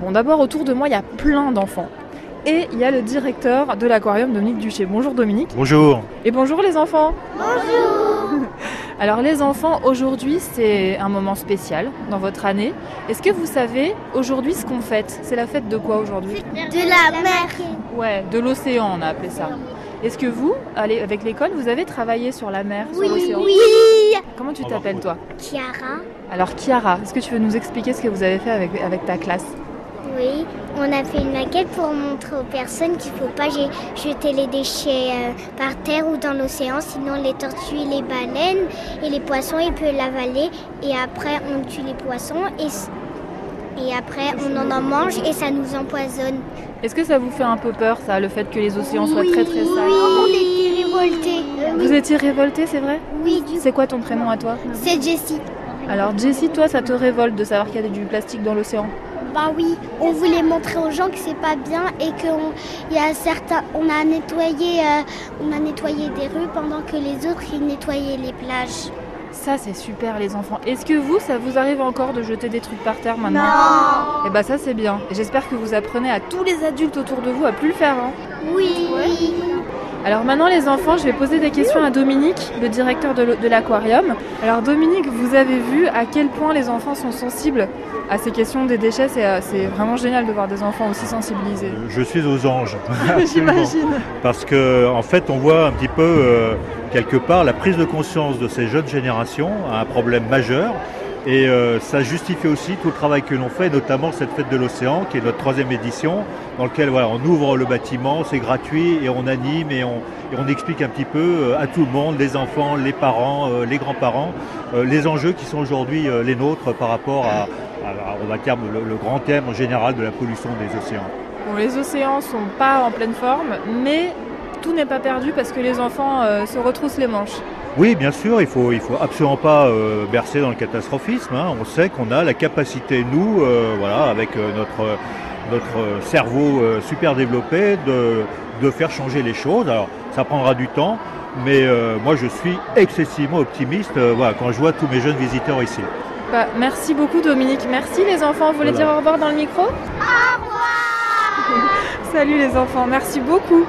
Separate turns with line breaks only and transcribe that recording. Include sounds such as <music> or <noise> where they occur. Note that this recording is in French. Bon, d'abord, autour de moi, il y a plein d'enfants. Et il y a le directeur de l'aquarium, Dominique Duché. Bonjour Dominique.
Bonjour.
Et bonjour les enfants. Bonjour. Alors les enfants, aujourd'hui c'est un moment spécial dans votre année. Est-ce que vous savez aujourd'hui ce qu'on fête C'est la fête de quoi aujourd'hui
De la mer.
Ouais, de l'océan on a appelé ça. Est-ce que vous, allez, avec l'école, vous avez travaillé sur la mer, sur
Oui,
l'océan
oui.
Comment tu
Au revoir.
t'appelles toi
Chiara.
Alors Chiara, est-ce que tu veux nous expliquer ce que vous avez fait avec, avec ta classe
Oui, on a fait une maquette pour montrer aux personnes qu'il ne faut pas je- jeter les déchets euh, par terre ou dans l'océan, sinon les tortues, les baleines et les poissons, ils peuvent l'avaler et après on tue les poissons et, s- et après on en, en mange et ça nous empoisonne.
Est-ce que ça vous fait un peu peur ça, le fait que les océans soient très très sales
on était révoltés. Euh,
Vous étiez révoltée, c'est vrai
oui,
C'est quoi ton prénom à toi
c'est Jessie.
Alors Jessie, toi ça te révolte de savoir qu'il y a du plastique dans l'océan
Bah oui, on voulait montrer aux gens que c'est pas bien et qu'on il y a certains on a nettoyé euh, on a nettoyé des rues pendant que les autres ils nettoyaient les plages.
Ça, c'est super, les enfants. Est-ce que vous, ça vous arrive encore de jeter des trucs par terre maintenant
Non.
Eh ben, ça, c'est bien. Et J'espère que vous apprenez à tous les adultes autour de vous à plus le faire. hein.
Oui.
Alors maintenant, les enfants, je vais poser des questions à Dominique, le directeur de l'o- de l'aquarium. Alors, Dominique, vous avez vu à quel point les enfants sont sensibles à ces questions des déchets. C'est euh, c'est vraiment génial de voir des enfants aussi sensibilisés.
Euh, Je suis aux anges. Absolument.
J'imagine.
Parce que en fait, on voit un petit peu euh, quelque part la prise de conscience de ces jeunes générations à un problème majeur. Et euh, ça justifie aussi tout le travail que l'on fait, notamment cette fête de l'océan, qui est notre troisième édition, dans laquelle voilà, on ouvre le bâtiment, c'est gratuit, et on anime, et on, et on explique un petit peu euh, à tout le monde, les enfants, les parents, euh, les grands-parents, euh, les enjeux qui sont aujourd'hui euh, les nôtres par rapport à, à- on va dire, le- le grand thème en général de la pollution des océans.
Bon, les océans sont pas en pleine forme, mais tout n'est pas perdu parce que les enfants euh, se retroussent les manches.
Oui, bien sûr, il faut, il faut absolument pas euh, bercer dans le catastrophisme. hein. On sait qu'on a la capacité, nous, euh, voilà, avec euh, notre, euh, notre euh, cerveau euh, super développé, de, de faire changer les choses. Alors, ça prendra du temps, mais euh, moi, je suis excessivement optimiste euh, voilà, quand je vois tous mes jeunes visiteurs ici.
Bah, merci beaucoup Dominique. Merci les enfants. Vous voulez <laughs>
Voilà.
dire au revoir dans le micro Au revoir Salut les enfants, merci beaucoup.